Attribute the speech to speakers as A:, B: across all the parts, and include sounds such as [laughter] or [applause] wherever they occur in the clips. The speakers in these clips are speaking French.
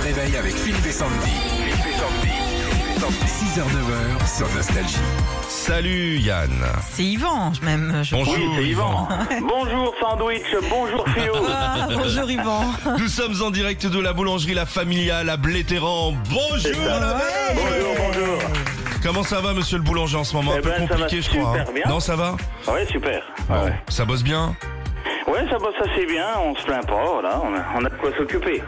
A: réveil avec Philippe et Sandy. Philippe et Sandy. 6h-9h sur Nostalgie.
B: Salut Yann.
C: C'est Yvan, je- même. Je
B: Bonjour
C: crois.
B: Yvan.
D: [laughs] Bonjour sandwich, bonjour
B: [laughs]
D: Fio.
C: Ah, bonjour Yvan.
D: hein
B: Nous sommes en direct de la boulangerie La Familiale à Blétéran. Bonjour le maire.
D: Bonjour, bonjour.
B: Comment ça va monsieur le boulanger en ce moment
D: Eh
B: Un peu
D: ben, ça va
B: compliqué je crois.
D: super
B: hein.
D: bien. Ah
B: Non ça va
D: Ouais, super.
B: Bon, Ça bosse bien
D: Ouais, ça bosse assez bien, on se plaint pas, voilà, on a, on a de quoi s'occuper.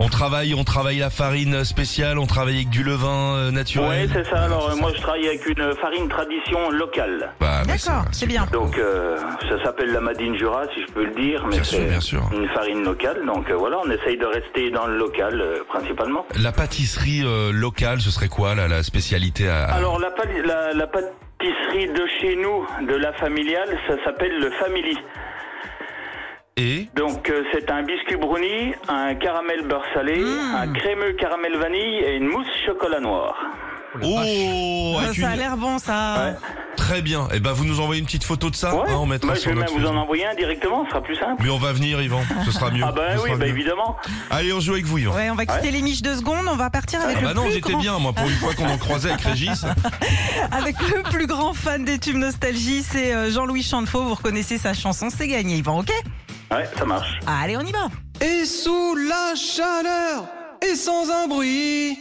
B: On travaille, on travaille la farine spéciale, on travaille avec du levain euh,
D: Ouais,
B: naturel.
D: c'est ça, alors euh, moi je travaille avec une farine tradition locale.
B: Bah, mais
C: D'accord, c'est bien.
D: Donc euh, ça s'appelle la Madine Jura, si je peux le dire, mais
B: Bien sûr,
D: c'est
B: bien sûr.
D: une farine locale, donc euh, voilà, on essaye de rester dans le local euh, principalement.
B: La pâtisserie euh, locale, ce serait quoi la, la spécialité à... à-
D: Alors la, pâ- la- la pâtisserie de chez nous, de la familiale, ça s'appelle le Family.
B: Et
D: Donc euh, c'est un biscuit brownie, un caramel beurre salé,
B: Mmh.
D: un crémeux caramel vanille et une mousse chocolat noir.
B: Oh,
C: Ah,
B: avec
C: Ça a
B: une-
C: l'air bon, ça.
D: Ouais.
B: très bien. Et ben vous nous envoyez une petite photo de ça,
D: Ouais,
B: hein, on mettra
D: Moi, je
B: sur
D: vais même
B: notre
D: vous en
B: Facebook.
D: envoyer un directement, ce sera plus simple.
B: Mais on va venir Yvan, ce sera mieux.
D: Ah bah
B: ce
D: oui,
B: sera
D: bah
B: mieux.
D: évidemment.
B: Allez, on joue avec vous Yvan.
C: Ouais, on va quitter les miches deux secondes. On va partir avec
B: Ah
C: le
B: bah non,
C: plus
B: j'étais
C: grand,
B: bien, moi, pour une fois qu'on en croisait avec Régis.
C: avec le plus grand fan des tubes nostalgie, c'est euh, Jean-Louis Chantefaux. Vous reconnaissez sa chanson, c'est gagné, Yvan. Ok
D: Ouais, ça marche.
C: Allez, on y va.
E: Et sous la chaleur et sans un bruit,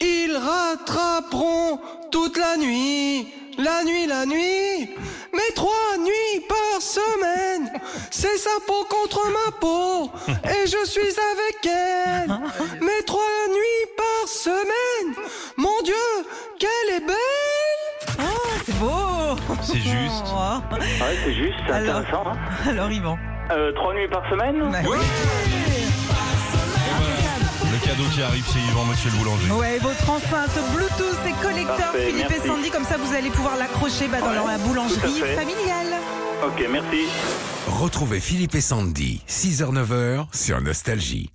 E: ils rattraperont toute la nuit, la nuit, la nuit. Mais trois nuits par semaine, c'est sa peau contre ma peau, et je suis avec elle. Mais trois nuits par semaine, mon Dieu, qu'elle est belle!
C: Oh, c'est beau.
B: C'est juste.
C: Oh.
D: Ouais, c'est juste, c'est
C: Alors.
D: intéressant. hein.
C: Alors, Yvan.
D: Euh, trois nuits par semaine
C: Ouais.
B: Ouais. Le cadeau qui arrive chez Yvan, monsieur le boulanger.
C: Ouais, votre enceinte Bluetooth et collecteur
D: Parfait,
C: Philippe et
D: merci.
C: Sandy, comme ça vous allez pouvoir l'accrocher bah, dans
D: Ouais,
C: la boulangerie
D: tout à fait.
C: familiale.
D: Ok, merci.
A: Retrouvez Philippe et Sandy, 6h-9h sur Nostalgie.